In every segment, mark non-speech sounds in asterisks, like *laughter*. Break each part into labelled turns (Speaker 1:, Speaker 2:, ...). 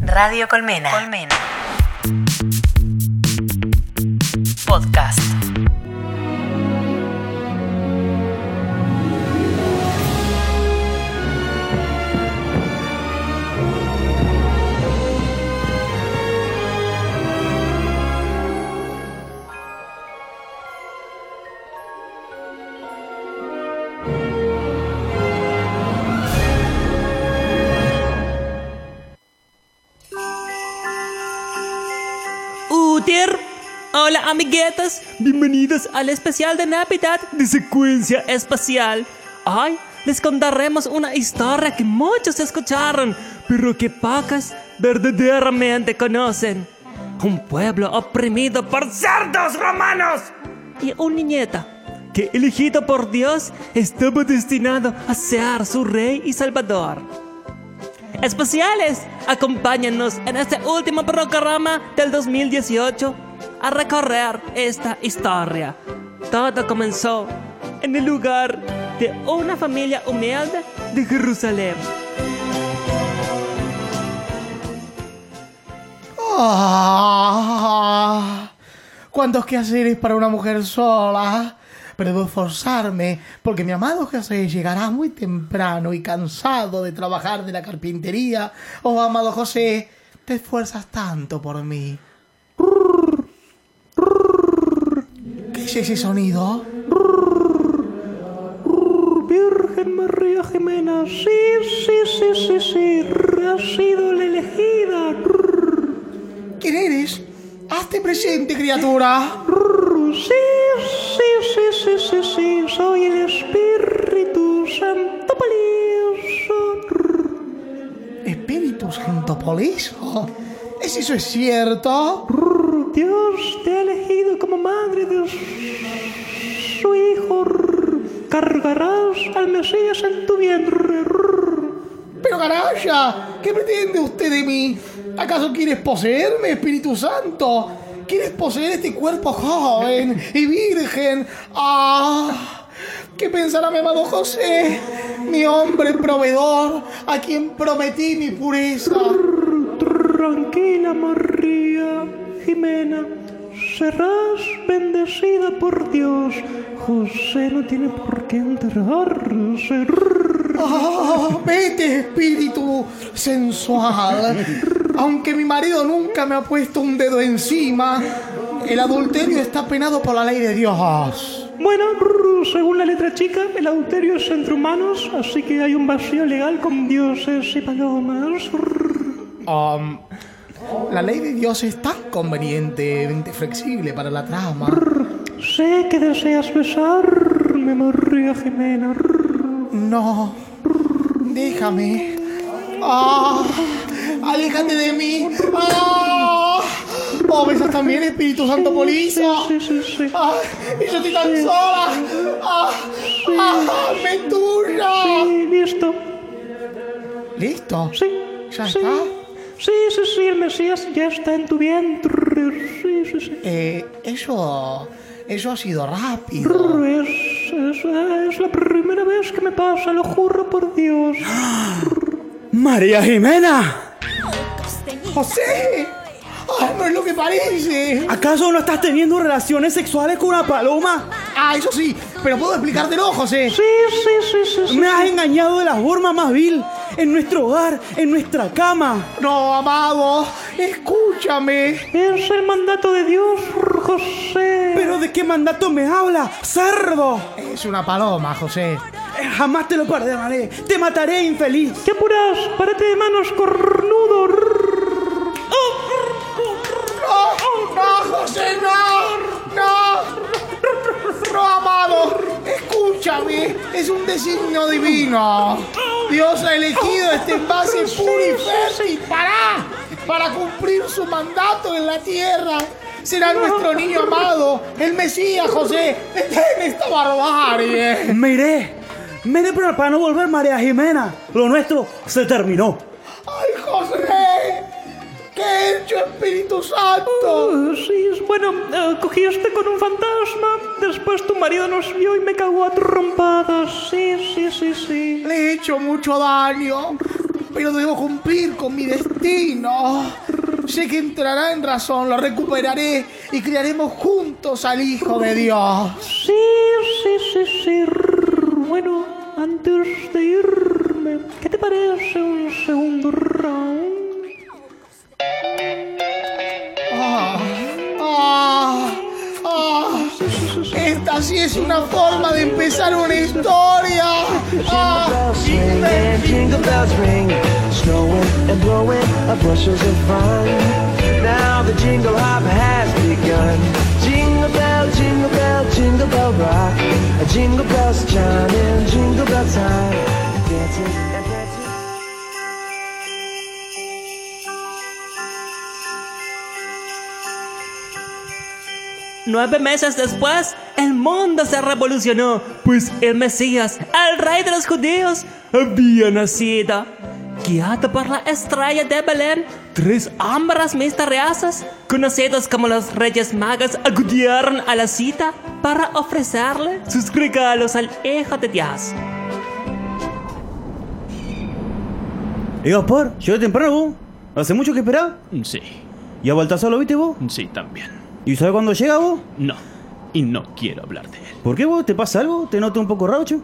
Speaker 1: Radio Colmena. Colmena. Podcast.
Speaker 2: Uter. Hola amiguetas, bienvenidos al especial de Navidad de secuencia espacial. Hoy les contaremos una historia que muchos escucharon, pero que pocas verdaderamente conocen. Un pueblo oprimido por cerdos romanos y un niñeta que elegido por Dios estaba destinado a ser su rey y salvador especiales. Acompáñanos en este último programa del 2018 a recorrer esta historia. Todo comenzó en el lugar de una familia humilde de Jerusalén.
Speaker 3: Ah, ¿Cuántos quehaceres para una mujer sola? Pero debo esforzarme, porque mi amado José llegará muy temprano y cansado de trabajar de la carpintería. Oh, amado José, te esfuerzas tanto por mí. ¿Qué es ese sonido?
Speaker 2: Virgen María Jimena, sí, sí, sí, sí, sí, ha sido la elegida.
Speaker 3: ¿Quién eres? Hazte presente, criatura.
Speaker 2: Sí, sí, sí, sí, sí, sí, soy el Espíritu Santo Palioso.
Speaker 3: Espíritu Santo Polizo. ¿Es eso es cierto?
Speaker 2: Dios te ha elegido como madre de su hijo. Cargarás al Mesías en tu vientre.
Speaker 3: Pero canalla, ¿qué pretende usted de mí? ¿Acaso quieres poseerme, Espíritu Santo? ¿Quieres poseer este cuerpo joven y virgen? ¡Ah! ¿Qué pensará mi amado José? Mi hombre proveedor, a quien prometí mi pureza.
Speaker 2: Tranquila María Jimena, serás bendecida por Dios. José no tiene por qué enterarse.
Speaker 3: ¡Ah! Vete, espíritu sensual. Aunque mi marido nunca me ha puesto un dedo encima, el adulterio está penado por la ley de Dios.
Speaker 2: Bueno, según la letra chica, el adulterio es entre humanos, así que hay un vacío legal con dioses y palomas.
Speaker 3: Um, la ley de Dios es tan convenientemente flexible para la trama.
Speaker 2: Sé que deseas besarme, María Jimena.
Speaker 3: No, déjame. Ah, aléjate de mí. Ah, oh, besas también, Espíritu Santo Polizo.
Speaker 2: Sí, sí, sí.
Speaker 3: Ah, y yo estoy tan sola. Ah, ah, me tuya.
Speaker 2: Sí, listo.
Speaker 3: Listo.
Speaker 2: Sí.
Speaker 3: ¿Ya
Speaker 2: sí.
Speaker 3: está?
Speaker 2: Sí, sí, sí, el Mesías ya está en tu vientre. Sí, sí, sí.
Speaker 3: Eh, eso, eso ha sido rápido.
Speaker 2: Es, es, es la primera vez que me pasa, lo juro por Dios.
Speaker 3: *gasps*
Speaker 4: María Jimena,
Speaker 3: José, ah, no es lo que parece.
Speaker 4: ¿acaso no estás teniendo relaciones sexuales con una paloma?
Speaker 3: Ah, eso sí, pero puedo explicártelo, José.
Speaker 2: Sí, sí, sí, sí. sí.
Speaker 4: Me has engañado de la forma más vil, en nuestro hogar, en nuestra cama.
Speaker 3: No, amado, escúchame.
Speaker 2: Es el mandato de Dios, José.
Speaker 4: ¿Pero de qué mandato me habla, cerdo?
Speaker 3: Es una paloma, José.
Speaker 4: Eh, Jamás te lo perdonaré, te mataré infeliz.
Speaker 2: ¿Qué apuras? Párate de manos, cornudo.
Speaker 3: ¡No! ¡No, José, no! ¡No! ¡No, amado! ¡Escúchame! ¡Es un designio divino! Dios ha elegido este envase puro y fértil para, para cumplir su mandato en la tierra. Será nuestro niño amado, el Mesías José. ¡Detén esta barbarie!
Speaker 4: Me iré, me iré pero para no volver, María Jimena. Lo nuestro se terminó.
Speaker 3: ¡Ay, José! ¿Qué he hecho, Espíritu Santo?
Speaker 2: Oh, sí, es- bueno, eh, cogiste con un fantasma, después tu marido nos vio y me cagó a trompadas. Sí, sí, sí, sí.
Speaker 3: Le he hecho mucho daño. pero debo cumplir con mi destino. Sé que entrará en razón, lo recuperaré y criaremos juntos al Hijo de Dios.
Speaker 1: Sí, sí, sí, sí. rrr. Bueno, antes de irme, ¿qué te parece un segundo round?
Speaker 3: Ah, ah, ah. Esta sí es una forma de empezar una historia. Ah,
Speaker 5: Jingle bells ring, jingle bells ring. Snowing and blowing of bushels of fun. Now the jingle hop has begun. Jingle bell, jingle bell, jingle bell rock. Jingle bells chime in, jingle bell time. Dancing and prancing.
Speaker 1: Nueve meses después, el mundo se revolucionó, pues el Mesías, el rey de los judíos, había nacido. Guiado por la estrella de Belén, tres hombres misteriosas, conocidos como los Reyes Magos, acudieron a la cita para ofrecerle sus regalos al Hijo de Dios.
Speaker 4: Y Gaspar, llegó temprano vos. ¿Hace mucho que esperás?
Speaker 6: Sí,
Speaker 4: ¿Y a Baltasar lo viste vos?
Speaker 6: sí, también.
Speaker 4: ¿Y sabés cuándo llega vos?
Speaker 6: No, y no quiero hablar de él.
Speaker 4: ¿Por qué vos? ¿Te pasa algo? ¿Te noto un poco raucho?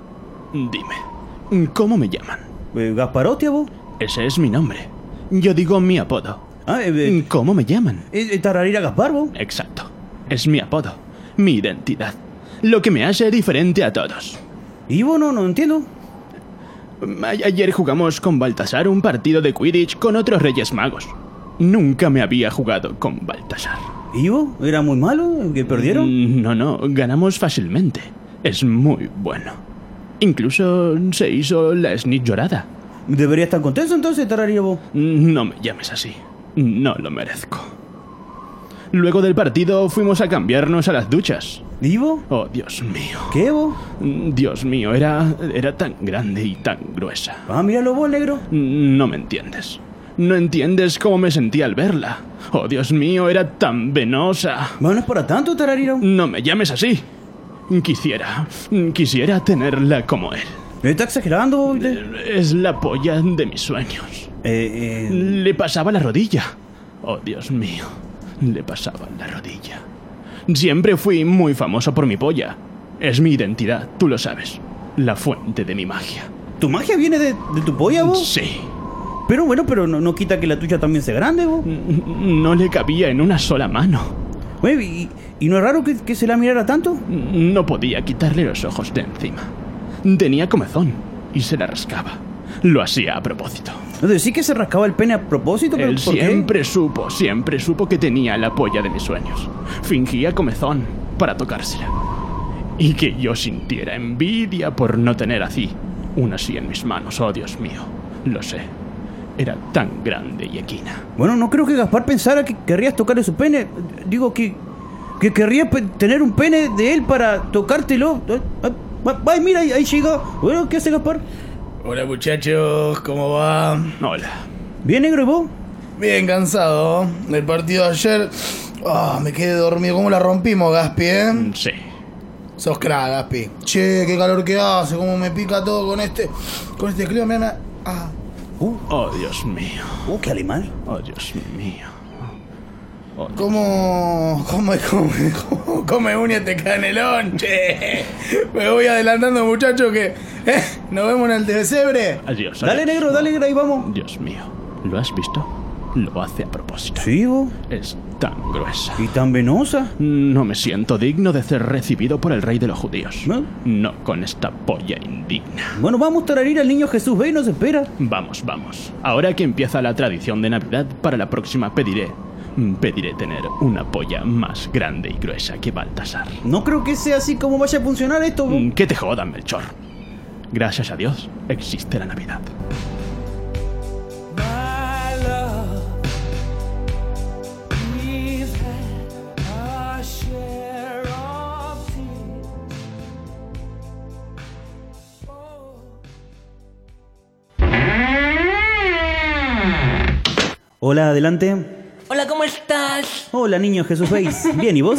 Speaker 6: Dime, ¿cómo me llaman?
Speaker 4: Eh, ¿Gasparotia vos?
Speaker 6: Ese es mi nombre. Yo digo mi apodo. Mm,
Speaker 4: Ah, eh, eh,
Speaker 6: ¿Cómo me llaman?
Speaker 4: eh, ¿Tararira Gaspar vos?
Speaker 6: Exacto, es mi apodo, mi identidad, lo que me hace diferente a todos.
Speaker 4: ¿Y vos no? No entiendo.
Speaker 6: A- Ayer jugamos con Baltasar un partido de Quidditch con otros Reyes Magos. Nunca me había jugado con Baltasar.
Speaker 4: ¿Y vos? ¿Era muy malo? ¿Que perdieron?
Speaker 6: Mm, No, no, ganamos fácilmente. Es muy bueno. Incluso se hizo la snitch llorada. Mm,
Speaker 4: ¿Debería estar contento entonces, Tararira vos?
Speaker 6: No me llames así. No lo merezco. Luego del partido fuimos a cambiarnos a las duchas.
Speaker 4: ¿Y vos?
Speaker 6: Oh, Dios mío. Mm,
Speaker 4: ¿Qué vos?
Speaker 6: Dios mío, era, era tan grande y tan gruesa. Mm,
Speaker 4: Ah, míralo vos, negro.
Speaker 6: No me entiendes. No entiendes cómo me sentí al verla. Oh, Dios mío, era tan venosa.
Speaker 4: Bueno, no es para tanto, Tararira.
Speaker 6: No me llames así. Quisiera, quisiera tenerla como él.
Speaker 4: ¿Está exagerando vos? viste?
Speaker 6: Es la polla de mis sueños.
Speaker 4: Eh, eh,
Speaker 6: Le pasaba la rodilla. Oh, Dios mío. Le pasaba la rodilla. Siempre fui muy famoso por mi polla. Es mi identidad, tú lo sabes. La fuente de mi magia.
Speaker 4: ¿Tu magia viene de, de tu polla vos?
Speaker 6: Sí.
Speaker 4: Pero bueno, pero no, no quita que la tuya también sea grande vos.
Speaker 6: No le cabía en una sola mano.
Speaker 4: Güey, ¿y, y no es raro que, que se la mirara tanto?
Speaker 6: No podía quitarle los ojos de encima. Tenía comezón y se la rascaba. Lo hacía a propósito.
Speaker 4: No decir que se rascaba el pene a propósito, pero
Speaker 6: Él
Speaker 4: ¿por qué?
Speaker 6: siempre supo, siempre supo que tenía la polla de mis sueños. Fingía comezón para tocársela. Y que yo sintiera envidia por no tener así, una así en mis manos, oh Dios mío. Lo sé. Era tan grande y equina.
Speaker 4: Bueno, no creo que Gaspar pensara que querrías tocarle su pene. Digo que. que querrías pe- tener un pene de él para tocártelo. Ay, ay, ay, mira, ahí, ahí llega. Bueno, ¿qué hace Gaspar?
Speaker 7: Hola muchachos, ¿cómo va?
Speaker 6: Hola.
Speaker 4: ¿Bien negro y vos?
Speaker 7: Bien cansado. El partido de ayer. Ah, me quedé dormido. ¿Cómo la rompimos, Gaspi, eh?
Speaker 8: Mm,
Speaker 6: Sí.
Speaker 7: Sos crack, Gaspi. Che, qué calor que hace, cómo me pica todo con este. Con este clima, mira, mira. Ah.
Speaker 6: Oh Dios mío.
Speaker 4: Uh, qué animal.
Speaker 6: Oh Dios mío.
Speaker 7: ¿Cómo, cómo, come, cómo come uña este canelón? Che, me voy adelantando, muchachos, que eh, nos vemos en el Decebre.
Speaker 6: Adiós.
Speaker 4: Dale
Speaker 6: adiós.
Speaker 4: negro, dale negro, ahí vamos.
Speaker 6: Dios mío. ¿Lo has visto? Lo hace a propósito.
Speaker 4: Sí, vos.
Speaker 6: Es tan gruesa.
Speaker 4: Y tan venosa.
Speaker 6: No me siento digno de ser recibido por el rey de los judíos.
Speaker 4: ¿No?
Speaker 6: No con esta polla indigna.
Speaker 4: ¿Eh? Bueno, vamos a tararir al niño Jesús, ve y nos espera.
Speaker 6: Vamos, vamos. Ahora que empieza la tradición de Navidad, para la próxima pediré. Pediré tener una polla más grande y gruesa que Baltasar. Mm,
Speaker 4: No creo que sea así como vaya a funcionar esto, vos.
Speaker 6: Que te jodan, Melchor. Gracias a Dios existe la Navidad.
Speaker 4: Hola, adelante.
Speaker 1: Hola, ¿cómo estás?
Speaker 4: Hola, niño Jesús Face. Bien, ¿y vos?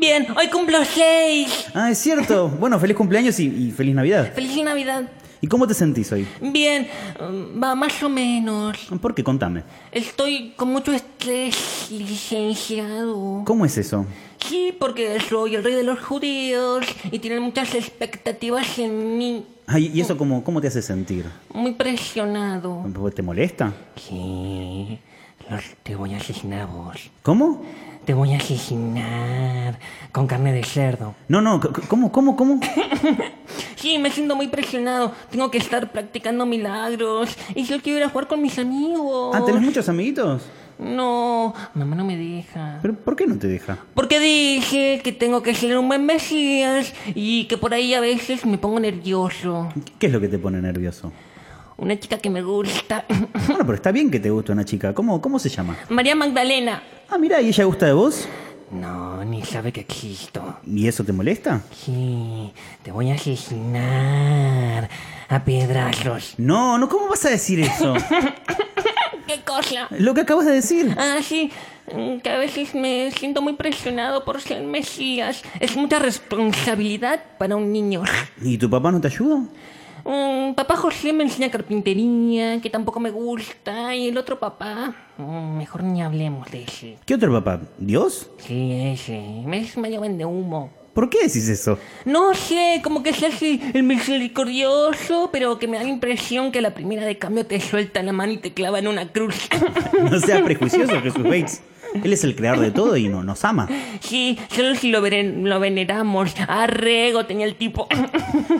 Speaker 1: Bien, hoy cumplo seis.
Speaker 4: Ah, es cierto. Bueno, feliz cumpleaños y, y feliz Navidad.
Speaker 1: Feliz Navidad.
Speaker 4: ¿Y cómo te sentís hoy?
Speaker 9: Bien, mm, va más o menos.
Speaker 4: ¿Por qué? Contame.
Speaker 9: Estoy con mucho estrés, licenciado.
Speaker 4: ¿Cómo es eso?
Speaker 9: Sí, porque soy el rey de los judíos y tienen muchas expectativas en mí.
Speaker 4: Ay, ¿Y eso cómo, cómo te hace sentir?
Speaker 9: Muy presionado.
Speaker 4: ¿Te molesta?
Speaker 9: Sí, los- te voy a asesinar a vos.
Speaker 4: ¿Cómo?
Speaker 9: Te voy a asesinar con carne de cerdo.
Speaker 4: No, no, c- c- ¿cómo, cómo, cómo?
Speaker 9: Sí, me siento muy presionado. Tengo que estar practicando milagros. Y yo quiero ir a jugar con mis amigos.
Speaker 4: Ah, ¿tenés muchos amiguitos?
Speaker 9: No, mamá no me deja.
Speaker 4: ¿Pero por qué no te deja?
Speaker 9: Porque dije que tengo que ser un buen mesías y que por ahí a veces me pongo nervioso.
Speaker 4: ¿Qué es lo que te pone nervioso?
Speaker 9: Una chica que me gusta. *laughs*
Speaker 4: Bueno, pero está bien que te guste una chica. ¿Cómo, cómo se llama?
Speaker 9: María Magdalena.
Speaker 4: Ah, mira, ¿y ella gusta de vos?
Speaker 9: No, ni sabe que existo.
Speaker 4: ¿Y eso te molesta?
Speaker 9: Sí, te voy a asesinar a pedrazos.
Speaker 4: No, no, ¿cómo vas a
Speaker 9: *laughs*
Speaker 4: decir eso?
Speaker 9: ¿Qué cosa?
Speaker 4: Lo que acabas de decir.
Speaker 9: Ah, sí, mm, que a veces me siento muy presionado por ser Mesías. Es mucha responsabilidad para un niño.
Speaker 4: ¿Y tu papá no te ayuda?
Speaker 9: Mm, papá José me enseña carpintería, que tampoco me gusta, y el otro papá... mm, mejor ni hablemos de ese.
Speaker 4: ¿Qué otro papá? ¿Dios?
Speaker 9: Sí, ese. Es medio de humo.
Speaker 4: ¿Por qué decís eso?
Speaker 9: No sé, como que se hace el misericordioso, pero que me da la impresión que a la primera de cambio te suelta la mano y te clava en una cruz.
Speaker 4: *laughs*
Speaker 9: *coughs*
Speaker 4: No seas prejuicioso, Jesús Bates. Él es el creador de todo y no, nos ama.
Speaker 9: sí, solo si lo, veren- lo veneramos. Arrego tenía el tipo. *coughs*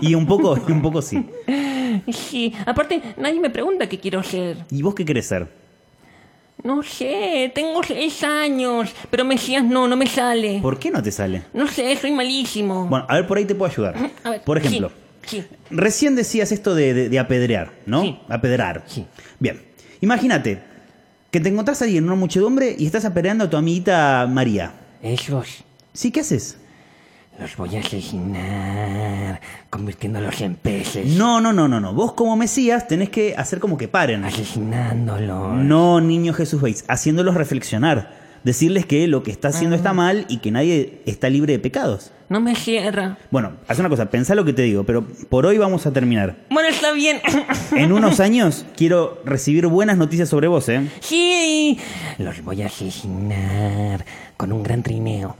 Speaker 4: Y un poco, y un poco sí.
Speaker 9: sí, aparte, nadie me pregunta qué quiero ser.
Speaker 4: ¿Y vos qué querés ser?
Speaker 9: No sé, tengo seis años, pero Mesías no, no me sale.
Speaker 4: ¿Por qué no te sale?
Speaker 9: No sé, soy malísimo.
Speaker 4: Bueno, a ver, por ahí te puedo ayudar.
Speaker 9: A ver,
Speaker 4: Por ejemplo,
Speaker 9: Sí, sí.
Speaker 4: recién decías esto de, de- de apedrear, ¿no?
Speaker 9: Sí.
Speaker 4: Apedrar.
Speaker 9: Sí.
Speaker 4: Bien, imagínate que te encontrás ahí en una muchedumbre y estás apedreando a tu amiguita María.
Speaker 9: Esos
Speaker 4: ¿Sí? ¿Qué haces?
Speaker 9: los voy a asesinar, convirtiéndolos en peces.
Speaker 4: No, no, no, no, no. Vos como Mesías tenés que hacer como que paren.
Speaker 9: Asesinándolos.
Speaker 4: No, niño Jesús Bates, haciéndolos reflexionar. Decirles que lo que está haciendo
Speaker 9: Ah.
Speaker 4: está mal y que nadie está libre de pecados.
Speaker 9: No me cierra.
Speaker 4: Bueno, haz una cosa, pensá lo que te digo, pero por hoy vamos a terminar.
Speaker 9: Bueno, está bien. *coughs*
Speaker 4: En
Speaker 9: *laughs*
Speaker 4: unos años quiero recibir buenas noticias sobre vos, ¿eh?
Speaker 9: sí. Los voy a asesinar con un gran trineo.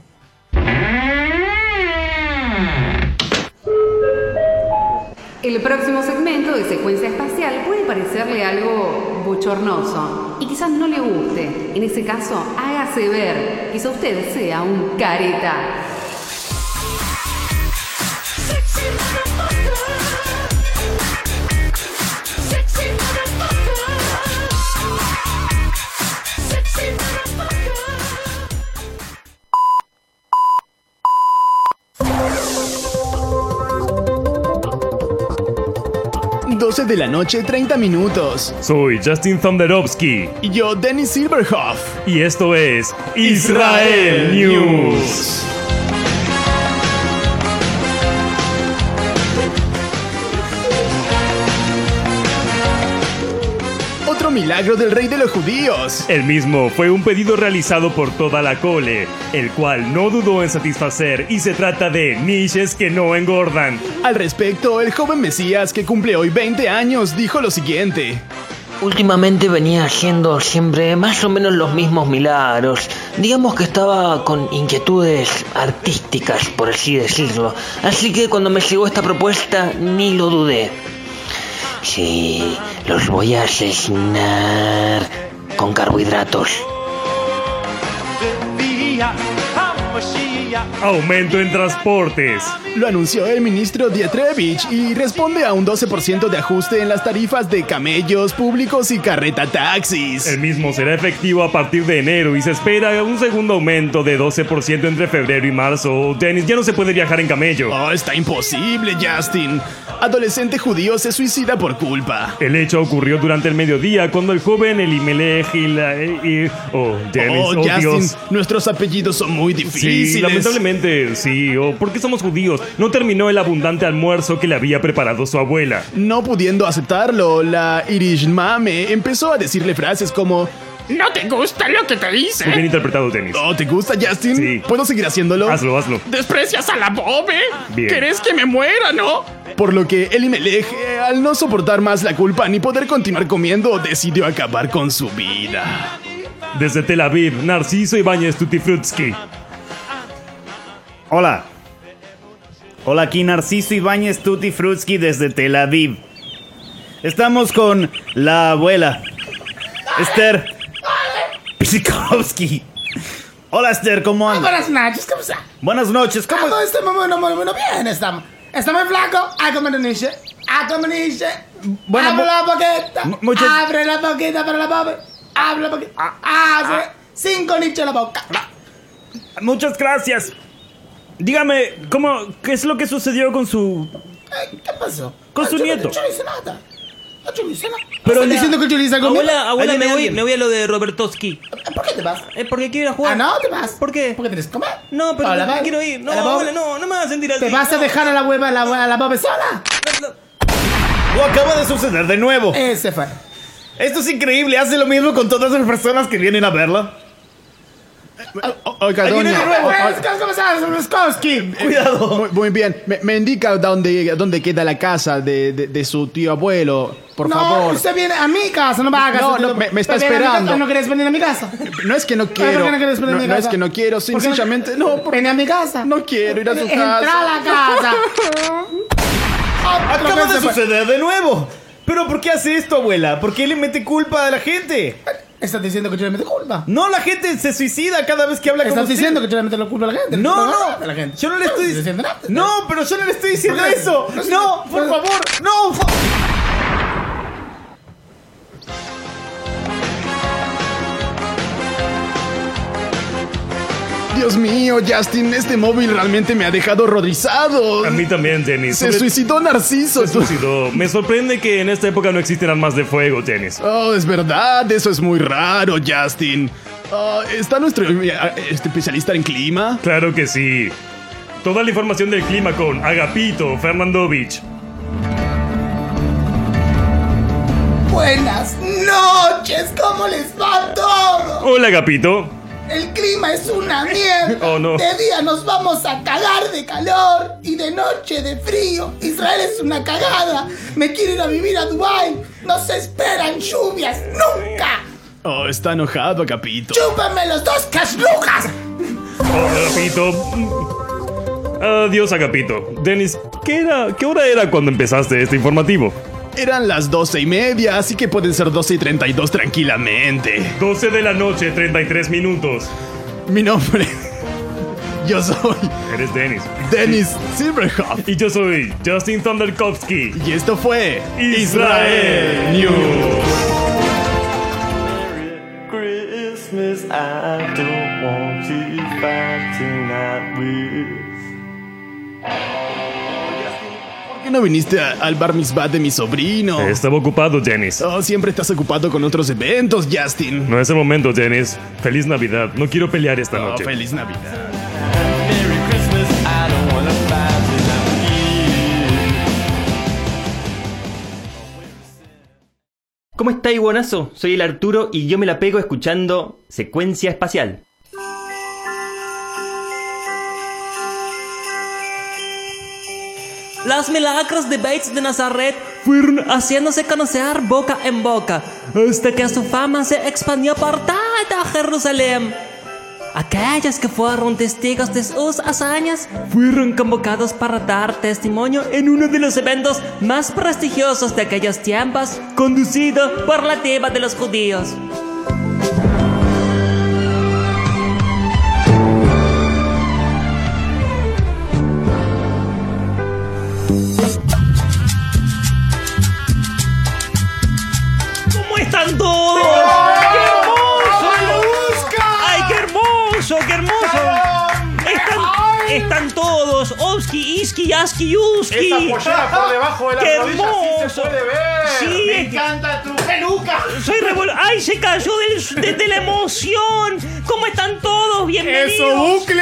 Speaker 10: El próximo segmento de secuencia espacial puede parecerle algo bochornoso y quizás no le guste. En ese caso, hágase ver. Quizá usted sea un careta.
Speaker 11: Bates. 12 de la noche, 30 minutos.
Speaker 12: Soy Justin Thunderovsky
Speaker 11: Y yo, Dennis Silverhoff.
Speaker 12: y esto es Israel News.
Speaker 11: Otro milagro del rey de los judíos.
Speaker 12: El mismo fue un pedido realizado por toda la cole, el cual no dudó en satisfacer y se trata de niches que no engordan.
Speaker 11: Al respecto, el joven Mesías que cumple hoy 20 años dijo lo siguiente.
Speaker 13: Últimamente venía haciendo siempre más o menos los mismos milagros. Digamos que estaba con inquietudes artísticas, por así decirlo. Así que cuando me llegó esta propuesta ni lo dudé. Sí, los voy a asesinar con carbohidratos.
Speaker 12: Aumento en transportes.
Speaker 11: Lo anunció el ministro Dietrevich y responde a un 12% de ajuste en las tarifas de camellos públicos y carreta
Speaker 12: El
Speaker 11: taxis.
Speaker 12: mismo será efectivo a partir de enero y se espera un segundo aumento de 12% entre febrero y marzo. Dennis, ya no se puede viajar en camello.
Speaker 11: Oh, está imposible, Justin. Adolescente judío se suicida por culpa.
Speaker 12: El hecho ocurrió durante el mediodía cuando el joven Elimelech y la... y- oh, Dennis,
Speaker 11: oh,
Speaker 12: oh,
Speaker 11: Justin,
Speaker 12: Dios.
Speaker 11: nuestros apellidos son muy
Speaker 12: Sí,
Speaker 11: difíciles.
Speaker 12: lamentablemente, sí. O porque somos judíos, no terminó el abundante almuerzo que le había preparado su abuela.
Speaker 11: No pudiendo aceptarlo, la Irishmame empezó a decirle frases como ¿No te gusta lo que te hice?
Speaker 12: Muy bien interpretado, tenis.
Speaker 11: Oh, ¿te gusta, Justin?
Speaker 12: Sí.
Speaker 11: ¿Puedo seguir haciéndolo?
Speaker 12: Hazlo, hazlo.
Speaker 11: ¿Desprecias a la Bobe?
Speaker 12: Bien.
Speaker 11: ¿Querés que me muera, no? Por lo que Elimelech, eh, al no soportar más la culpa ni poder continuar comiendo, decidió acabar con su vida.
Speaker 12: Desde Tel Aviv, Narciso Ibáñez Tutifrutsky.
Speaker 8: Hola. Hola, aquí Narciso Ibáñez Tutti Frutsky desde Tel Aviv. Estamos con la abuela, Esther Pisikowski. Hola, Esther, ¿cómo
Speaker 3: Ah,
Speaker 8: andas?
Speaker 3: Buenas noches, ¿cómo está?
Speaker 8: Buenas noches, ¿cómo
Speaker 3: Todo este momento, muy, muy bien estamos. Estamos en flaco,
Speaker 7: Ah,
Speaker 3: a comer niche, a comer niche.
Speaker 8: Bueno,
Speaker 3: abre
Speaker 8: mu-
Speaker 3: la boqueta,
Speaker 8: mu- Ah. muchas-
Speaker 3: abre la boqueta para la bobe, abre la boqueta,
Speaker 7: Ah,
Speaker 3: hace cinco niches en la boca.
Speaker 8: Muchas gracias. Dígame, ¿cómo, ¿qué es lo que sucedió con su...
Speaker 3: Eh, ¿Qué pasó?
Speaker 8: Con
Speaker 3: Ah,
Speaker 8: su
Speaker 3: yo no-
Speaker 8: nieto.
Speaker 3: Yo no hice nada. Ah, Yo no hice nada.
Speaker 8: Pero
Speaker 3: ¿Estás
Speaker 8: la-
Speaker 3: diciendo que yo le hice algo
Speaker 1: Abuela,
Speaker 3: malo?
Speaker 1: abuela,
Speaker 3: Ahí
Speaker 1: me
Speaker 3: viene
Speaker 1: voy,
Speaker 3: alguien.
Speaker 1: me voy a lo de Robertowski.
Speaker 3: ¿Por qué te vas?
Speaker 1: Es porque quiero ir a jugar.
Speaker 3: Ah, no, te vas.
Speaker 1: ¿Por qué?
Speaker 3: Porque tienes que comer.
Speaker 1: No, pero
Speaker 3: Hola,
Speaker 1: no
Speaker 3: bye.
Speaker 1: quiero ir. No,
Speaker 3: Hola, Bob.
Speaker 1: abuela, no, no me vas a sentir así.
Speaker 3: ¿Te vas a
Speaker 1: no.
Speaker 3: dejar a la hueva, a la, a la bobe sola?
Speaker 8: Lo acaba de suceder de nuevo.
Speaker 3: Ese fue.
Speaker 8: Esto es increíble, hace lo mismo con todas las personas que vienen a verla.
Speaker 11: Oiga,
Speaker 8: Ahí viene
Speaker 11: doña.
Speaker 8: de nuevo.
Speaker 11: o- o-
Speaker 3: ¿Cómo estás, Ruskowski?
Speaker 11: Cuidado. Muy, muy bien. Me, me indica dónde, dónde queda la casa de, de- de su tío abuelo, por
Speaker 3: no,
Speaker 11: favor.
Speaker 3: usted viene a mi casa, no va a casa.
Speaker 11: No, no, me- me está
Speaker 3: Usted pues viene a mi
Speaker 11: esperando.
Speaker 3: casa, ¿No querés venir a mi casa?
Speaker 11: No es que no
Speaker 3: Ay, ¿por
Speaker 11: quiero.
Speaker 3: qué Ah, no quieres venir a mi
Speaker 11: no es
Speaker 3: casa?
Speaker 11: que no quiero,
Speaker 3: ¿Por qué no-
Speaker 11: sencillamente. No, por-
Speaker 3: Ven a mi casa.
Speaker 11: no quiero ir a su
Speaker 3: Entra a
Speaker 11: casa.
Speaker 3: la casa. Otra
Speaker 8: Acaba
Speaker 3: vez
Speaker 8: de
Speaker 3: se fue.
Speaker 8: suceder de nuevo. Pero ¿por qué hace esto, abuela? ¿Por qué le mete culpa a la gente?
Speaker 3: Estás diciendo que yo le meto culpa.
Speaker 8: No, la gente se suicida cada vez que habla con
Speaker 3: Estás
Speaker 8: usted.
Speaker 3: diciendo que yo le meto la culpa a la gente.
Speaker 8: No,
Speaker 3: le meto la culpa
Speaker 8: no.
Speaker 3: a la gente.
Speaker 8: Yo no le estoy
Speaker 3: estoy diciendo
Speaker 8: diciendo
Speaker 3: nada.
Speaker 8: No, pero yo no le estoy diciendo
Speaker 3: ¿Por qué?
Speaker 8: eso.
Speaker 3: No, sí,
Speaker 8: No, por
Speaker 3: no.
Speaker 8: favor. No. fa-
Speaker 11: Dios mío, Justin, este móvil realmente me ha dejado horrorizado.
Speaker 12: A mí también, Dennis.
Speaker 11: Se
Speaker 12: Sobre-
Speaker 11: suicidó Narciso.
Speaker 12: se suicidó. Me sorprende que en esta época no existen armas de fuego, Dennis.
Speaker 11: Oh, es verdad, eso es muy raro, Justin. Ah, ¿Está nuestro eh, este especialista en clima?
Speaker 12: Claro que sí. Toda la información del clima con Agapito Fernandovich.
Speaker 3: Buenas noches, ¿cómo les va todo?
Speaker 12: Hola, Agapito.
Speaker 3: El clima es
Speaker 8: *laughs*
Speaker 3: una mierda.
Speaker 12: Oh, no.
Speaker 3: De día nos vamos a cagar de calor y de noche de frío. Israel es una cagada. Me quiero ir a vivir a Dubai. No se esperan lluvias nunca.
Speaker 11: Oh, está enojado, Capito.
Speaker 3: Chúpame los dos caslujas.
Speaker 12: Oh, Agapito. Mm. Adiós, Agapito. Dennis, ¿qué, era, ¿qué hora era cuando empezaste este informativo?
Speaker 11: Eran las doce y media, así que pueden ser doce y treinta y dos tranquilamente.
Speaker 12: 12 de la noche, 33 minutos.
Speaker 11: Mi nombre. Yo soy
Speaker 12: Eres Dennis.
Speaker 11: Dennis Silverhoff.
Speaker 12: Y yo soy Justin Thunderkovsky.
Speaker 11: Y esto fue
Speaker 12: Israel
Speaker 11: News.
Speaker 5: Christmas, I don't want you back tonight with.
Speaker 11: ¿Por qué no viniste a- al bar mitzvah de mi sobrino?
Speaker 12: Estaba ocupado, Dennis.
Speaker 11: Oh, siempre estás ocupado con otros eventos, Justin.
Speaker 12: No es el momento, Dennis. Feliz Navidad. No quiero pelear esta
Speaker 11: Oh,
Speaker 12: noche.
Speaker 11: feliz Navidad.
Speaker 5: Merry Christmas, I don't wanna fight tonight with you.
Speaker 14: ¿Cómo estáis, buenazo? Soy el Arturo y yo me la pego escuchando Secuencia Espacial.
Speaker 1: Las milagros de Bates de Nazaret fueron haciéndose conocer boca en boca, hasta que su fama se expandió por toda Jerusalén. Aquellos que fueron testigos de sus hazañas fueron convocados para dar testimonio en uno de los eventos más prestigiosos de aquellos tiempos, conducido por la diva de los judíos. ¿Cómo están todos? ¡Qué hermoso! ¡Ay, qué hermoso, qué hermoso! Están, están todos, Oski, Iski, Yaski, Yuski.
Speaker 3: por debajo de
Speaker 1: ¡Qué hermoso! Sí,
Speaker 3: Me
Speaker 1: es-
Speaker 3: encanta tu peluca.
Speaker 1: soy revol... ¡Ay, se cayó del- de, de la emoción! ¿Cómo están todos? Bienvenidos.
Speaker 3: bucle!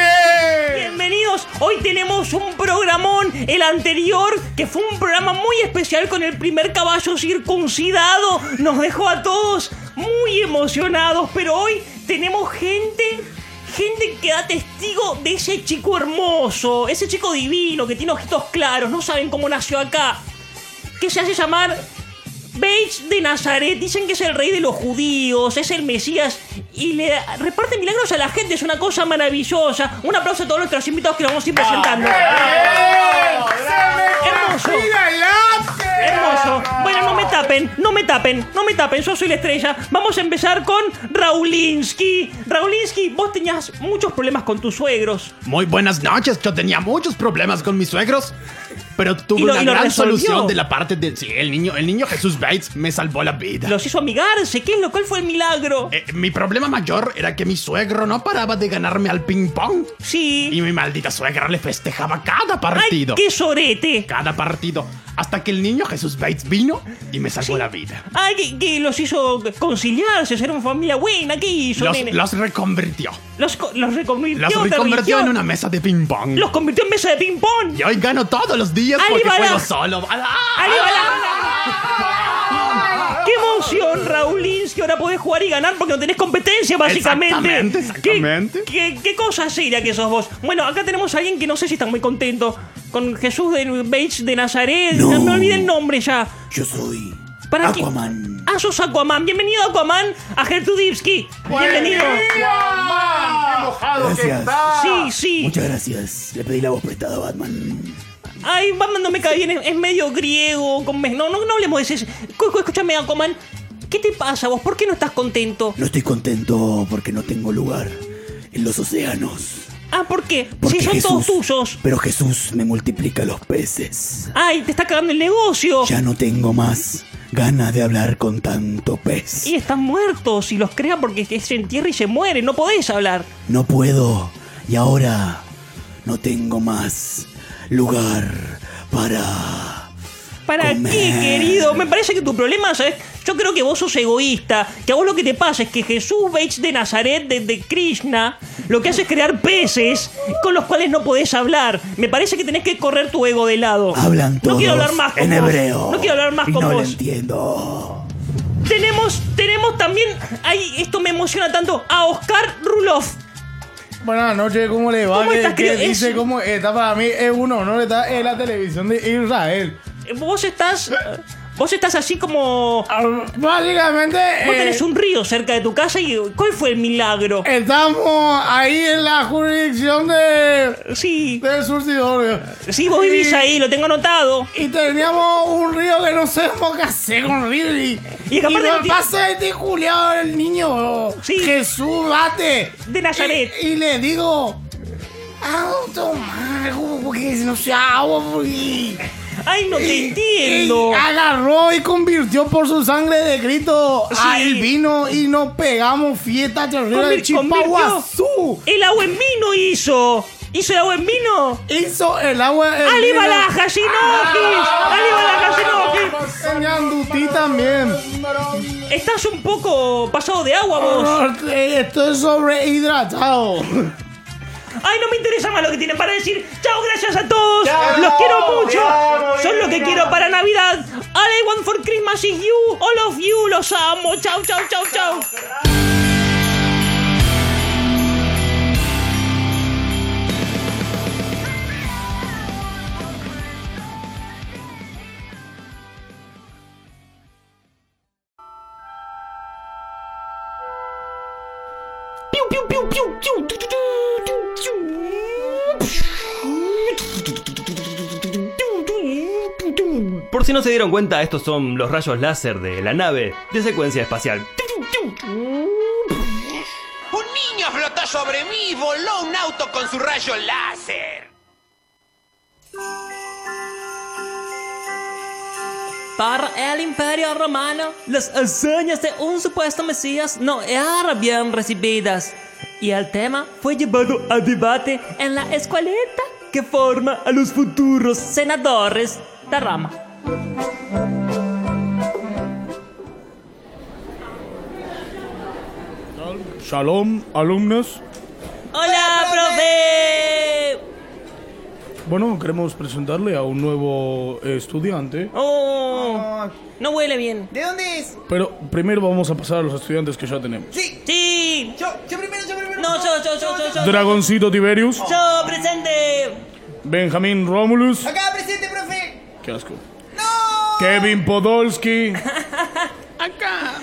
Speaker 1: Bienvenidos niños, hoy tenemos un programón. El anterior, que fue un programa muy especial con el primer caballo circuncidado, nos dejó a todos muy emocionados. Pero hoy tenemos gente, gente que da testigo de ese chico hermoso, ese chico divino que tiene ojitos claros, no saben cómo nació acá, que se hace llamar Beige de Nazaret, dicen que es el rey de los judíos, es el Mesías y le reparte milagros a la gente, es una cosa maravillosa. Un aplauso a todos nuestros invitados que los vamos a ir presentando. Hermoso. Hermoso. Bueno, no me tapen, no me tapen, no me tapen, yo soy la estrella. Vamos a empezar con Raulinsky. Raulinsky, vos tenías muchos problemas con tus suegros.
Speaker 11: Muy buenas noches. Yo tenía muchos problemas con mis suegros, pero tuve
Speaker 1: Y lo-
Speaker 11: una
Speaker 1: y lo
Speaker 11: gran
Speaker 1: resolvió.
Speaker 11: solución de la parte de sí, el niño, el niño Jesús Bates me salvó la vida. Eh,
Speaker 1: Los hizo amigarse. ¿Qué es lo cual fue el milagro?
Speaker 11: mi problema mayor era que mi suegro no paraba de ganarme al ping pong.
Speaker 1: Sí.
Speaker 11: Y mi maldita suegra le festejaba cada partido.
Speaker 1: ¡Ay, qué sorete!
Speaker 11: Cada partido. Hasta que el niño Jesús Bates vino y me salvó la vida.
Speaker 1: Ay, que, que los hizo conciliarse, ser una familia buena, ¿qué hizo?
Speaker 11: Los,
Speaker 1: nene?
Speaker 11: los reconvirtió.
Speaker 1: Los, co- los reconvirtió.
Speaker 11: Los reconvirtió
Speaker 1: revirtió.
Speaker 11: en una mesa de ping pong.
Speaker 1: Los convirtió en mesa de ping pong.
Speaker 11: Y hoy gano todos los días
Speaker 1: Ali
Speaker 11: porque
Speaker 1: Bala.
Speaker 11: juego solo.
Speaker 1: ¡Ali Bala! ¡Qué emoción, Raulinsky! Ahora podés jugar y ganar porque no tenés competencia, básicamente.
Speaker 11: Exactamente,
Speaker 1: exactamente. ¿Qué, qué, qué cosa seria que sos vos? Bueno, acá tenemos a alguien que no sé si está muy contento. Con Jesús del Beige de Nazaret. No. Me olvidé el nombre ya.
Speaker 15: Yo soy
Speaker 1: ¿Para qué?
Speaker 15: Aquaman.
Speaker 1: Ah, sos Aquaman. Bienvenido, Aquaman, a Gertrudivsky. Bienvenido.
Speaker 15: Gracias.
Speaker 1: Sí, sí.
Speaker 15: Muchas gracias. Le pedí la voz prestada a Batman.
Speaker 1: Ay, Batman no me cae bien, es, es medio griego. Con mes- no, no, no hablemos de eso. Cu- cu- Escúchame, Aquaman. ¿Qué te pasa vos? ¿Por qué no estás contento?
Speaker 15: No estoy contento porque no tengo lugar en los océanos.
Speaker 1: Ah, ¿por qué?
Speaker 15: Porque
Speaker 1: si son todos tuyos.
Speaker 15: Pero Jesús me multiplica los peces.
Speaker 1: Ay, te está cagando el negocio.
Speaker 15: Ya no tengo más ganas de hablar con tanto pez.
Speaker 1: Y están muertos y los crean porque se entierra y se mueren. No podés hablar.
Speaker 15: No puedo. Y ahora no tengo más lugar para...
Speaker 1: ¿Para qué, querido? Me parece que tu problema, ¿sabes? Yo creo que vos sos egoísta. Que a vos lo que te pasa es que Jesús Bates de Nazaret, de, de Krishna, lo que hace es crear peces con los cuales no podés hablar. Me parece que tenés que correr tu ego de lado.
Speaker 15: Hablan
Speaker 1: No quiero
Speaker 15: todos
Speaker 1: hablar más con
Speaker 15: en
Speaker 1: vos.
Speaker 15: hebreo.
Speaker 1: No quiero hablar más
Speaker 15: Y
Speaker 1: con
Speaker 15: no lo
Speaker 1: vos.
Speaker 15: entiendo.
Speaker 1: Tenemos, tenemos también. Ay, esto me emociona tanto. A Oscar Ruloff.
Speaker 7: Buenas noches, ¿cómo le va?
Speaker 1: ¿Cómo
Speaker 7: ¿Qué-
Speaker 1: estás,
Speaker 7: qué
Speaker 1: querido?
Speaker 7: dice?
Speaker 1: Es-
Speaker 7: ¿Cómo está para mí? Es un honor estar en la televisión de Israel.
Speaker 1: Eh, Vos estás. Vos estás así como.
Speaker 7: Ah, Básicamente.
Speaker 1: Vos
Speaker 7: eh,
Speaker 1: tenés un río cerca de tu casa y. ¿Cuál fue el milagro?
Speaker 7: Estamos ahí en la jurisdicción de.
Speaker 1: Eh, Sí.
Speaker 7: Del surtidor.
Speaker 1: Sí, vos vivís ahí, lo tengo anotado.
Speaker 7: Y teníamos un río que no sabemos qué hacer con río. Y,
Speaker 1: Y
Speaker 7: y
Speaker 1: es que aparte no
Speaker 7: nos
Speaker 1: ti-
Speaker 7: pasa este culiado el niño Jesús Bate.
Speaker 1: De Nazaret.
Speaker 7: Y, y le digo. Hago tomar algo porque no se agua porque.
Speaker 1: Ay, no te
Speaker 7: entiendo. agarró y convirtió por su sangre de grito al vino y nos pegamos fiesta chorrera de
Speaker 1: Convir-
Speaker 7: Chihuahua.
Speaker 1: convirtió El agua en vino hizo. ¿Hizo el agua en vino?
Speaker 7: Hizo el agua en
Speaker 1: ¡Ali
Speaker 7: vino. Ah,
Speaker 1: Balaja, sin ojis! ¡Ali Balaja, sin ojis!
Speaker 7: Ñandutí también.
Speaker 1: Estás un poco pasado de agua vos.
Speaker 7: Eh, Estoy sobrehidratado.
Speaker 1: Ay, no me interesa más lo que tienen para decir. Chao, gracias a todos. Los quiero mucho. Son lo que quiero para Navidad. All I want for Christmas is you. All of you. Los amo. Chao, chao, chao, chao.
Speaker 5: Piu, piu, piu, piu, piu, tu, tu, tu, tu, tu.
Speaker 14: Por si no se dieron cuenta, estos son los rayos láser de la nave de secuencia espacial.
Speaker 16: Un niño flotó sobre mí y voló un auto con su rayo láser.
Speaker 1: Para el Imperio Romano, las hazañas de un supuesto Mesías no eran bien recibidas. Y el tema fue llevado a debate en la escueleta que forma a los futuros senadores de Roma.
Speaker 17: Shalom, alumnos.
Speaker 1: ¡Hola, profe!
Speaker 7: Bueno, queremos presentarle a un nuevo estudiante.
Speaker 1: ¡Oh! No huele bien.
Speaker 17: ¿De dónde es?
Speaker 7: Pero primero vamos a pasar a los estudiantes que ya tenemos.
Speaker 17: Sí.
Speaker 1: Sí.
Speaker 17: Yo, yo primero, yo primero.
Speaker 1: No, yo, yo, yo, yo. yo.
Speaker 7: Dragoncito Tiberius,
Speaker 1: Yo presente.
Speaker 7: Benjamín Romulus,
Speaker 17: Acá presente, profe.
Speaker 7: qué asco. Kevin Podolski,
Speaker 1: Acá.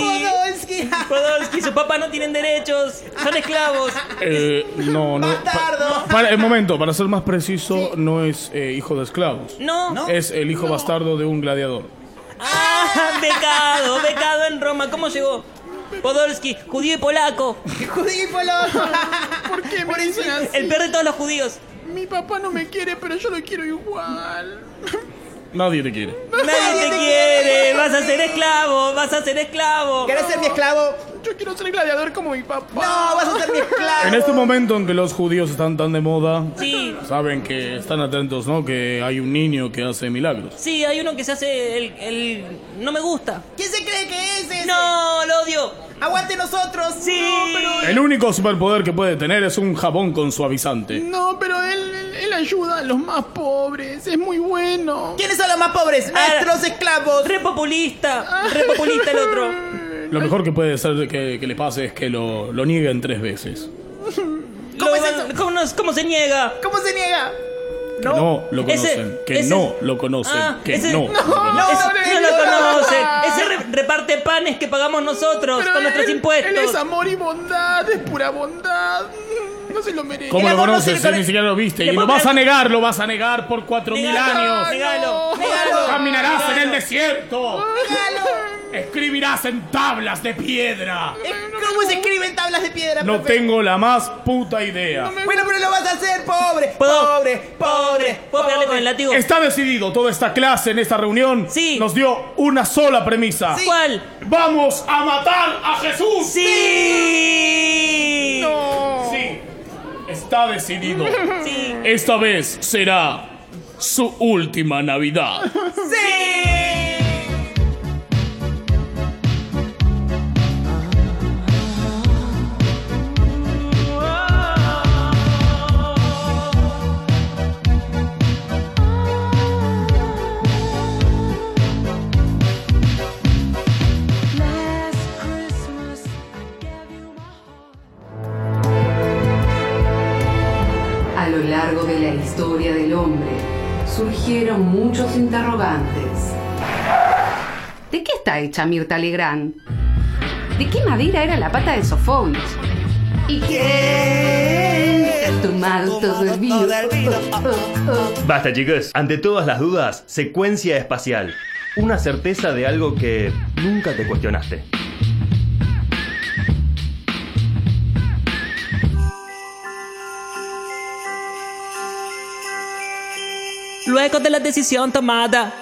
Speaker 17: *laughs* Podolski.
Speaker 1: Podolski. Su papá no tienen derechos. Son esclavos.
Speaker 7: eh, no, no. pa-
Speaker 1: Bastardo.
Speaker 7: para, el momento, para ser más preciso, no es eh, hijo de esclavos.
Speaker 1: No. No.
Speaker 7: Es el hijo bastardo de un gladiador.
Speaker 1: Ah, becado, becado en Roma. ¿Cómo llegó? Podolski, judío y polaco.
Speaker 17: Judío y polaco.
Speaker 16: *laughs* ¿Por qué me dicen así?
Speaker 1: El peor de todos los judíos.
Speaker 16: Mi papá no me quiere, pero yo lo quiero igual.
Speaker 7: Nadie te quiere.
Speaker 1: Nadie te quiere. Vas a ser esclavo, vas a ser esclavo.
Speaker 17: ¿Querés ser mi esclavo?
Speaker 16: Yo quiero ser gladiador como mi papá.
Speaker 17: No, vas a ser mi esclavo.
Speaker 7: En este momento en que los judíos están tan de moda,
Speaker 1: Sí.
Speaker 7: saben que están atentos, ¿no? Que hay un niño que hace milagros.
Speaker 1: Sí, hay uno que se hace el, el- No me gusta.
Speaker 17: ¿Quién se cree que es ese?
Speaker 1: No, lo odio.
Speaker 17: Aguante nosotros.
Speaker 1: Sí.
Speaker 7: El único superpoder que puede tener es un jabón con suavizante.
Speaker 16: No, pero él, él, él ayuda a los más pobres. Es muy bueno.
Speaker 17: ¿Quiénes son los más
Speaker 1: Ah,
Speaker 17: pobres? Nuestros esclavos.
Speaker 1: Repopulista.
Speaker 16: Ah, *laughs*
Speaker 1: Repopulista el otro.
Speaker 7: Lo mejor que puede ser que, que le pase es que lo, lo nieguen tres veces.
Speaker 1: ¿Cómo, ¿Cómo, nos- cómo se niega?
Speaker 17: ¿Cómo se niega?
Speaker 7: Que no lo
Speaker 1: Ese-
Speaker 7: conocen. que
Speaker 1: ese-
Speaker 7: no lo conocen.
Speaker 1: Ah,
Speaker 7: que
Speaker 1: ese-
Speaker 7: no.
Speaker 1: *laughs* No, no, ese- no lo conocen. Ese re- reparte panes que pagamos nosotros con nuestros *laughs* impuestos.
Speaker 16: Él es amor y bondad, es pura bondad. No se lo merece.
Speaker 7: ¿Cómo lo conoces si ni siquiera lo viste? Y lo vas a negar, lo vas a negar por cuatro mil
Speaker 1: Negalo,
Speaker 7: años.
Speaker 1: negalo,
Speaker 16: negalo.
Speaker 7: Caminarás
Speaker 16: Negalo.
Speaker 7: en el desierto. Escribirás en tablas de piedra.
Speaker 17: ¿Cómo se escriben tablas de piedra,
Speaker 7: No
Speaker 17: profe?
Speaker 7: tengo la más puta idea.
Speaker 17: Bueno, pero lo vas a hacer, pobre. Pobre, pobre.
Speaker 1: ¿Puedo pegarle con el látigo?
Speaker 7: Está decidido, toda esta clase en esta reunión nos dio una sola premisa.
Speaker 1: ¿Cuál?
Speaker 7: ¡Vamos a matar a Jesús!
Speaker 1: ¡Sí!
Speaker 7: ¡No! Sí, está decidido.
Speaker 1: Sí.
Speaker 7: Esta vez será su última Navidad. *laughs*
Speaker 10: A lo largo de la historia del hombre surgieron muchos interrogantes. ¿De qué está hecha Mirta Legrand? ¿De qué madera era la pata de Sofónis? ¿Y quién se ha tomado todo el vino? *laughs*
Speaker 14: Basta, chicos. Ante todas las dudas, secuencia espacial. Una certeza de algo que nunca te cuestionaste.
Speaker 1: Luego de la decisión tomada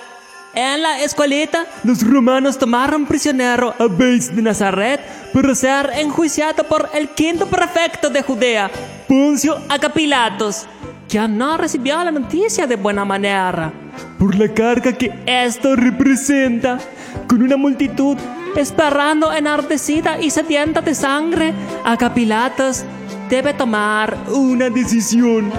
Speaker 1: en la escuelita, los romanos tomaron prisionero a Bates de Nazaret para ser enjuiciado por el quinto prefecto de Judea, Poncio Acapilatos, que no recibió la noticia de buena manera por la carga que esto representa, con una multitud esperando enardecida y sedienta de sangre, Acapilatos debe tomar una decisión.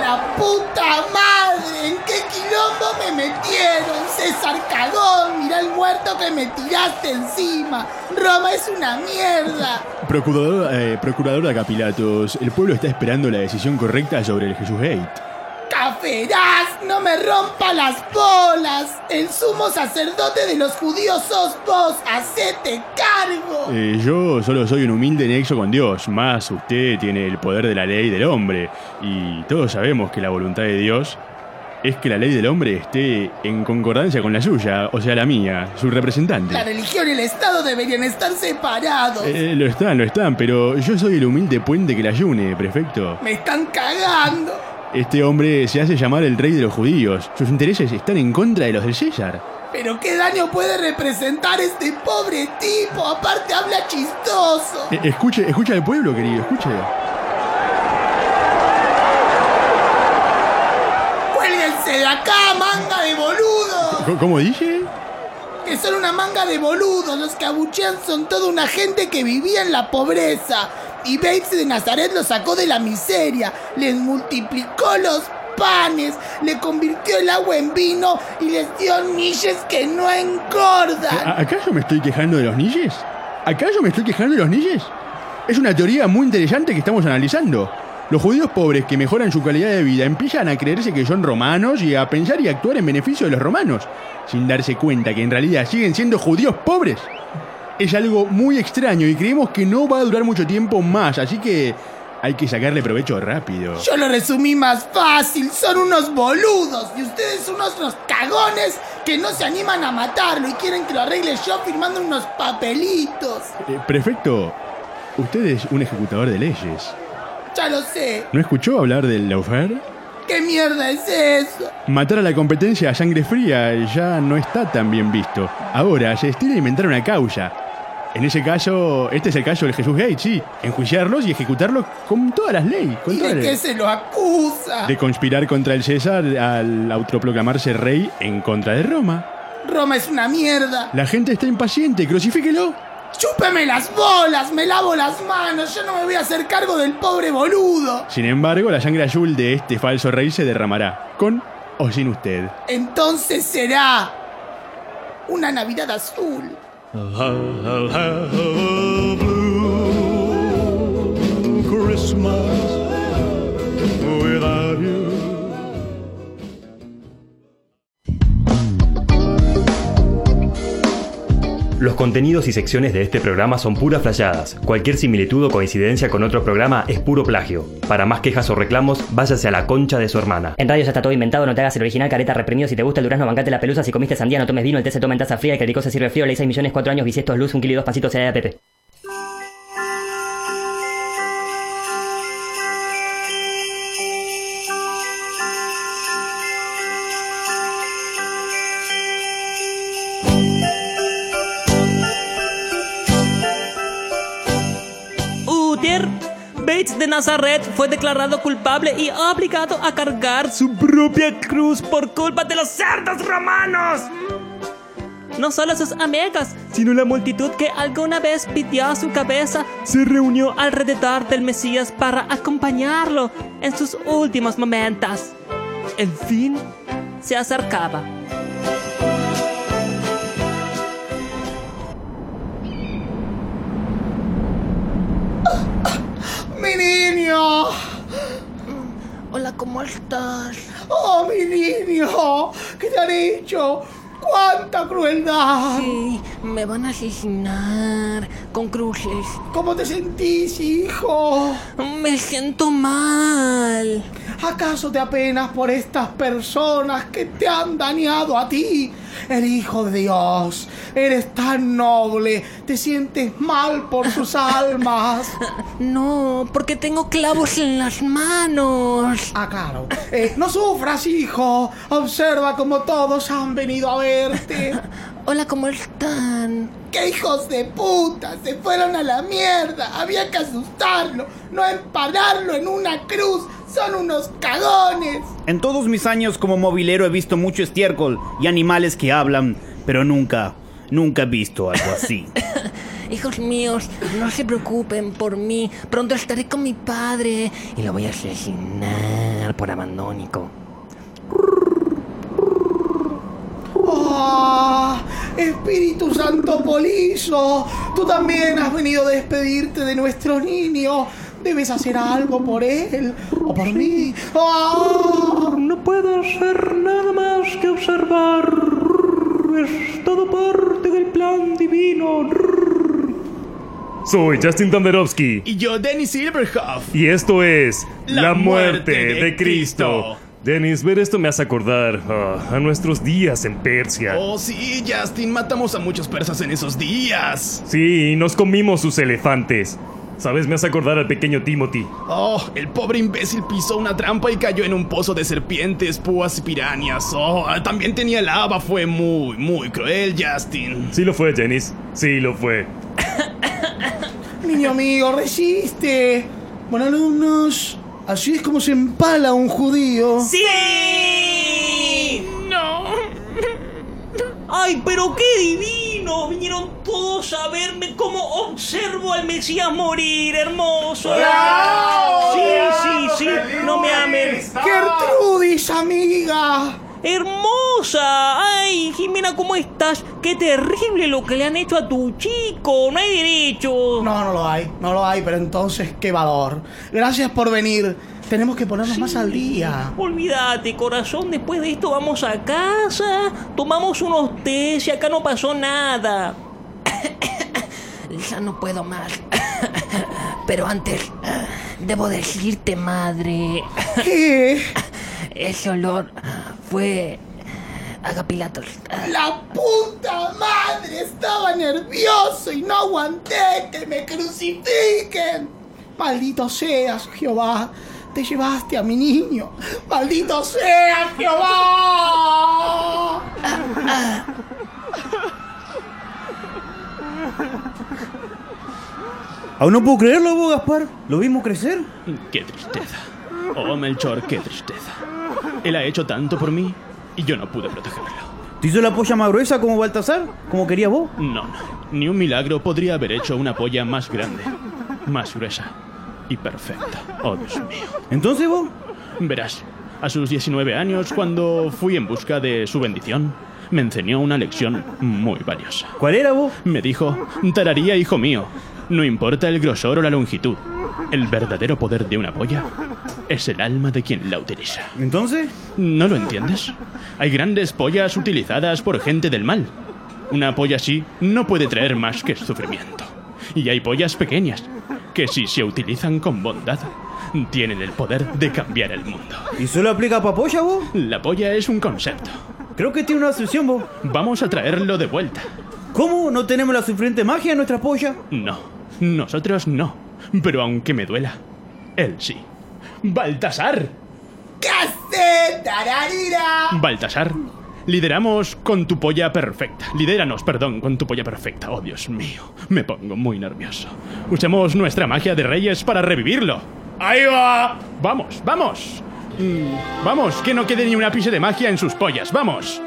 Speaker 3: ¡La puta madre! ¿En qué quilombo me metieron? César Cagón, mira el muerto que me tiraste encima. Roma es una mierda.
Speaker 18: Procurador, eh, procurador de Acapilatos, el pueblo está esperando la decisión correcta sobre el Jesús Gate.
Speaker 3: Caferás, no me rompa las bolas. El sumo sacerdote de los judíos sos vos. Hacete cargo.
Speaker 18: Eh, yo solo soy un humilde nexo con Dios, más usted tiene el poder de la ley del hombre, y todos sabemos que la voluntad de Dios es que la ley del hombre esté en concordancia con la suya, o sea, la mía, su representante.
Speaker 3: La religión y el Estado deberían estar separados.
Speaker 18: Eh, lo están, lo están, pero yo soy el humilde puente que la ayune, prefecto.
Speaker 3: Me están cagando.
Speaker 18: Este hombre se hace llamar el rey de los judíos. Sus intereses están en contra de los del César.
Speaker 3: Pero qué daño puede representar este pobre tipo. Aparte habla chistoso.
Speaker 18: Eh, escuche, escucha al pueblo, querido, escuche.
Speaker 3: ¡Cuélguense de acá, manga de boludo!
Speaker 18: Co- ¿Cómo dije?
Speaker 3: Que son una manga de boludos. Los que abuchean son toda una gente que vivía en la pobreza. Y Bates de Nazaret los sacó de la miseria, les multiplicó los panes, le convirtió el agua en vino y les dio niches que no engordan.
Speaker 18: ¿A- ¿Acaso me estoy quejando de los niches? ¿Acaso me estoy quejando de los niches? Es una teoría muy interesante que estamos analizando. Los judíos pobres que mejoran su calidad de vida empiezan a creerse que son romanos y a pensar y actuar en beneficio de los romanos, sin darse cuenta que en realidad siguen siendo judíos pobres. Es algo muy extraño y creemos que no va a durar mucho tiempo más, así que hay que sacarle provecho rápido.
Speaker 3: Yo lo resumí más fácil, son unos boludos y ustedes unos, unos cagones que no se animan a matarlo y quieren que lo arregle yo firmando unos papelitos.
Speaker 18: Eh, prefecto, usted es un ejecutador de leyes.
Speaker 3: Ya lo sé,
Speaker 18: ¿No escuchó hablar del Laufer?
Speaker 3: ¿qué mierda es eso?
Speaker 18: Matar a la competencia a sangre fría ya no está tan bien visto. Ahora se estila inventar una causa. En ese caso, este es el caso del Jesús Gates, sí. Enjuiciarlos y ejecutarlos con todas las leyes. Con
Speaker 3: ¿Y
Speaker 18: todas
Speaker 3: de
Speaker 18: las-
Speaker 3: qué se lo acusa?
Speaker 18: De conspirar contra el César al autoproclamarse rey en contra de Roma.
Speaker 3: Roma es una mierda.
Speaker 18: La gente está impaciente, crucifíquelo.
Speaker 3: Chúpeme las bolas, me lavo las manos, yo no me voy a hacer cargo del pobre boludo.
Speaker 18: Sin embargo, la sangre azul de este falso rey se derramará, con o sin usted.
Speaker 3: Entonces será una Navidad azul.
Speaker 19: I'll have a blue Christmas without you.
Speaker 14: Los contenidos y secciones de este programa son puras flayadas. Cualquier similitud o coincidencia con otro programa es puro plagio. Para más quejas o reclamos, váyase a la concha de su hermana.
Speaker 9: En radio ya está todo inventado, no te hagas el original, careta reprimido. Si te gusta el durazno, bancate la pelusa. Si comiste sandía, no tomes vino, el té se toma en taza fría, el caricó se sirve frío, le 6 millones, 4 años, bisiestos, luz, un kilo y dos pasitos, sea de Pepe.
Speaker 1: Uther Bates de Nazaret fue declarado culpable y obligado a cargar su propia cruz por culpa de los cerdos romanos. No solo sus amigas, sino la multitud que alguna vez pidió su cabeza se reunió alrededor del Mesías para acompañarlo en sus últimos momentos. El fin se acercaba.
Speaker 3: ¡Mi niño! Hola, ¿cómo estás? ¡Oh, mi niño! ¿Qué te han hecho? ¡Cuánta crueldad! Sí, me van a asesinar con cruces. ¿Cómo te sentís, hijo? Me siento mal. ¿Acaso te apenas por estas personas que te han dañado a ti? El hijo de Dios, eres tan noble, te sientes mal por *laughs* sus almas. No, porque tengo clavos en las manos. Ah, claro. Eh, no sufras, hijo. Observa como todos han venido a *laughs* verte. Hola, ¿cómo están? ¡Qué hijos de puta! Se fueron a la mierda. Había que asustarlo, no empanarlo en una cruz. Son unos cagones.
Speaker 8: En todos mis años como movilero he visto mucho estiércol y animales que hablan, pero nunca, nunca he visto algo así.
Speaker 9: Hijos míos, no se preocupen por mí. Pronto estaré con mi padre y lo voy a asesinar por abandónico.
Speaker 3: ¡Ah! Espíritu Santo Polizo, tú también has venido a despedirte de nuestro niño. Debes hacer algo por él o por mí. ¡Ah!
Speaker 2: No puedo hacer nada más que observar. Es todo parte del plan divino.
Speaker 12: Soy Justin Tanderovsky
Speaker 11: Y yo, Danny Silverhoff.
Speaker 12: y esto es
Speaker 11: La
Speaker 12: La,
Speaker 11: muerte
Speaker 12: muerte,
Speaker 11: de
Speaker 12: de, Cristo.
Speaker 11: Cristo.
Speaker 12: Dennis, ver esto me hace acordar ah, a nuestros días en Persia.
Speaker 11: Oh, sí, Justin, matamos a muchos persas en esos días.
Speaker 12: Sí, nos comimos sus elefantes. Sabes, me hace acordar al pequeño Timothy.
Speaker 11: Oh, el pobre imbécil pisó una trampa y cayó en un pozo de serpientes, púas y pirañas. Oh, también tenía lava, fue muy, muy cruel, Justin.
Speaker 12: Sí lo fue, Dennis. Sí lo fue.
Speaker 3: Niño amigo, resiste. Bueno, alumnos, así es como se empala un judío.
Speaker 1: ¡Sí! ¡No! ¡Ay, pero qué divino! Vinieron con todos a verme cómo observo al Mesías morir, hermoso.
Speaker 3: ¡Bravo!
Speaker 1: Sí, sí,
Speaker 3: ¡Bravo,
Speaker 1: sí,
Speaker 3: Felipe!
Speaker 1: no me amen.
Speaker 3: Gertrudis, amiga.
Speaker 1: Hermosa, ay, Jimena, ¿cómo estás? Qué terrible lo que le han hecho a tu chico, no hay derecho.
Speaker 3: No, no lo hay, no lo hay, pero entonces qué valor. Gracias por venir. Tenemos que ponernos más al día.
Speaker 1: Olvídate, corazón, después de esto vamos a casa, tomamos unos tés y acá no pasó nada.
Speaker 9: Ya no puedo más. *laughs* Pero antes, debo decirte, madre.
Speaker 3: ¿Qué?
Speaker 9: Ese olor fue. Agapilatos.
Speaker 3: La puta madre estaba nervioso y no aguanté que me crucifiquen. Maldito seas, Jehová. Te llevaste a mi niño. Maldito seas, Jehová.
Speaker 4: *laughs* Aún no puedo creerlo, vos, Gaspar. Lo vimos crecer.
Speaker 6: Qué tristeza. Oh, Melchor, qué tristeza. Él ha hecho tanto por mí y yo no pude protegerlo.
Speaker 4: ¿Te hizo la polla más gruesa como Baltasar? ¿Como querías vos?
Speaker 6: No, no. Ni un milagro podría haber hecho una polla más grande, más gruesa y perfecta. Oh, Dios
Speaker 5: Eh.
Speaker 6: mío.
Speaker 4: ¿Entonces vos?
Speaker 6: Verás, a sus 19 años, cuando fui en busca de su bendición, me enseñó una lección muy valiosa.
Speaker 4: ¿Cuál era vos?
Speaker 6: Me dijo, tararía, hijo mío, no importa el grosor o la longitud, el verdadero poder de una polla es el alma de quien la utiliza.
Speaker 4: ¿Entonces?
Speaker 6: ¿No lo entiendes? Hay grandes pollas utilizadas por gente del mal. Una polla así no puede traer más que sufrimiento. Y hay pollas pequeñas que si se utilizan con bondad, tienen el poder de cambiar el mundo.
Speaker 4: ¿Y solo aplica para polla vos?
Speaker 6: La polla es un concepto.
Speaker 4: Creo que tiene una solución vos.
Speaker 6: Vamos a traerlo de vuelta.
Speaker 4: ¿Cómo? ¿No tenemos la suficiente magia en nuestra polla?
Speaker 6: No, nosotros no. Pero aunque me duela, él sí. ¡Baltasar!
Speaker 3: ¡Casé! ¡Tararira!
Speaker 6: Baltasar, lideramos con tu polla perfecta. Lidéranos, perdón, con tu polla perfecta. Oh, Dios mío, me pongo muy nervioso. Usemos nuestra magia de reyes para revivirlo. ¡Ahí va! Ah, ¡Vamos, vamos! Mm, Vamos, que no quede ni un ápice de magia en sus pollas, vamos.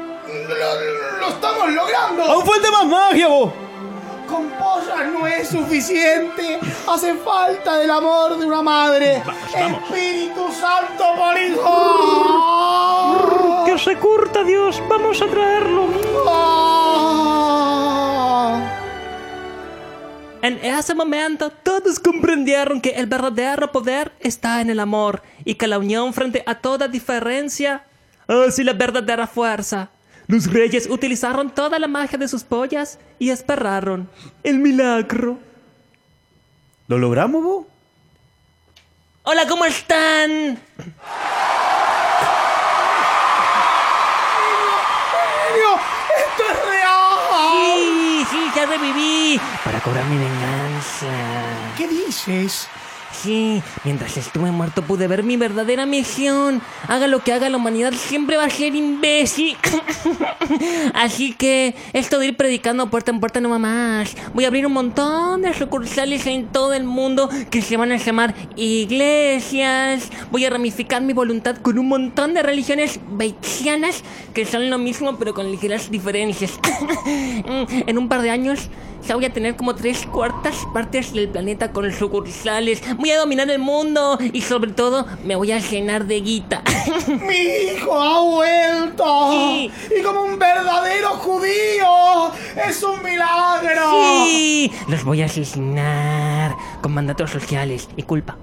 Speaker 3: ¡Lo, lo estamos logrando!
Speaker 4: ¡Aún falta más magia vos!
Speaker 3: Con pollas no es suficiente. Hace falta del amor de una madre. Espíritu Santo, por hijo.
Speaker 2: Que se curta Dios, vamos a traerlo.
Speaker 3: Ah.
Speaker 1: En ese momento todos comprendieron que el verdadero poder está en el amor y que la unión frente a toda diferencia es la verdadera fuerza. Los reyes utilizaron toda la magia de sus pollas y esperaron el milagro.
Speaker 4: ¿Lo logramos vos?
Speaker 1: Hola, ¿cómo están?
Speaker 3: ¡Genio! ¡Esto es real!
Speaker 9: Sí, sí, ya reviví. Para cobrar mi venganza.
Speaker 3: ¿Qué dices?
Speaker 9: Sí, mientras estuve muerto pude ver mi verdadera misión. Haga lo que haga la humanidad, siempre va a ser imbécil. *coughs* Así que esto de ir predicando puerta en puerta no va más. Voy a abrir un montón de sucursales en todo el mundo que se van a llamar iglesias. Voy a ramificar mi voluntad con un montón de religiones beixianas que son lo mismo pero con ligeras diferencias. *coughs* Mm, en un par de años ya voy a tener como tres cuartas partes del planeta con sucursales. Voy a dominar el mundo y sobre todo me voy a llenar de guita.
Speaker 3: ¡Mi hijo ha vuelto!
Speaker 9: Sí.
Speaker 3: Y como un verdadero judío, es un milagro.
Speaker 9: Sí, los voy a asesinar con mandatos sociales y culpa.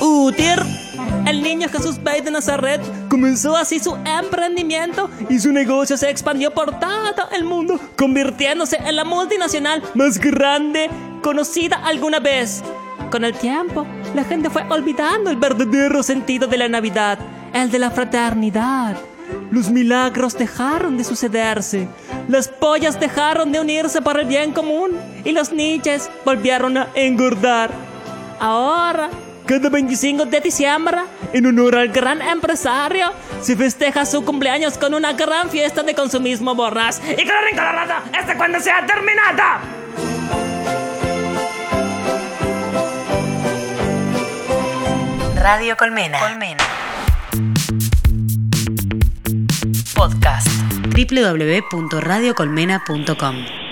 Speaker 1: Utir, el niño Jesús Bey de Nazaret, comenzó así su emprendimiento y su negocio se expandió por todo el mundo, convirtiéndose en la multinacional más grande conocida alguna vez. Con el tiempo, la gente fue olvidando el verdadero sentido de la Navidad, el de la fraternidad. Los milagros dejaron de sucederse, las pollas dejaron de unirse para el bien común y los niches volvieron a engordar. Ahora Cada 25 de diciembre, en honor al gran empresario, se festeja su cumpleaños con una gran fiesta de consumismo borrás. Y colorín colorado, este cuando sea terminada.
Speaker 3: Radio Colmena. Colmena. Podcast.
Speaker 10: www.radiocolmena.com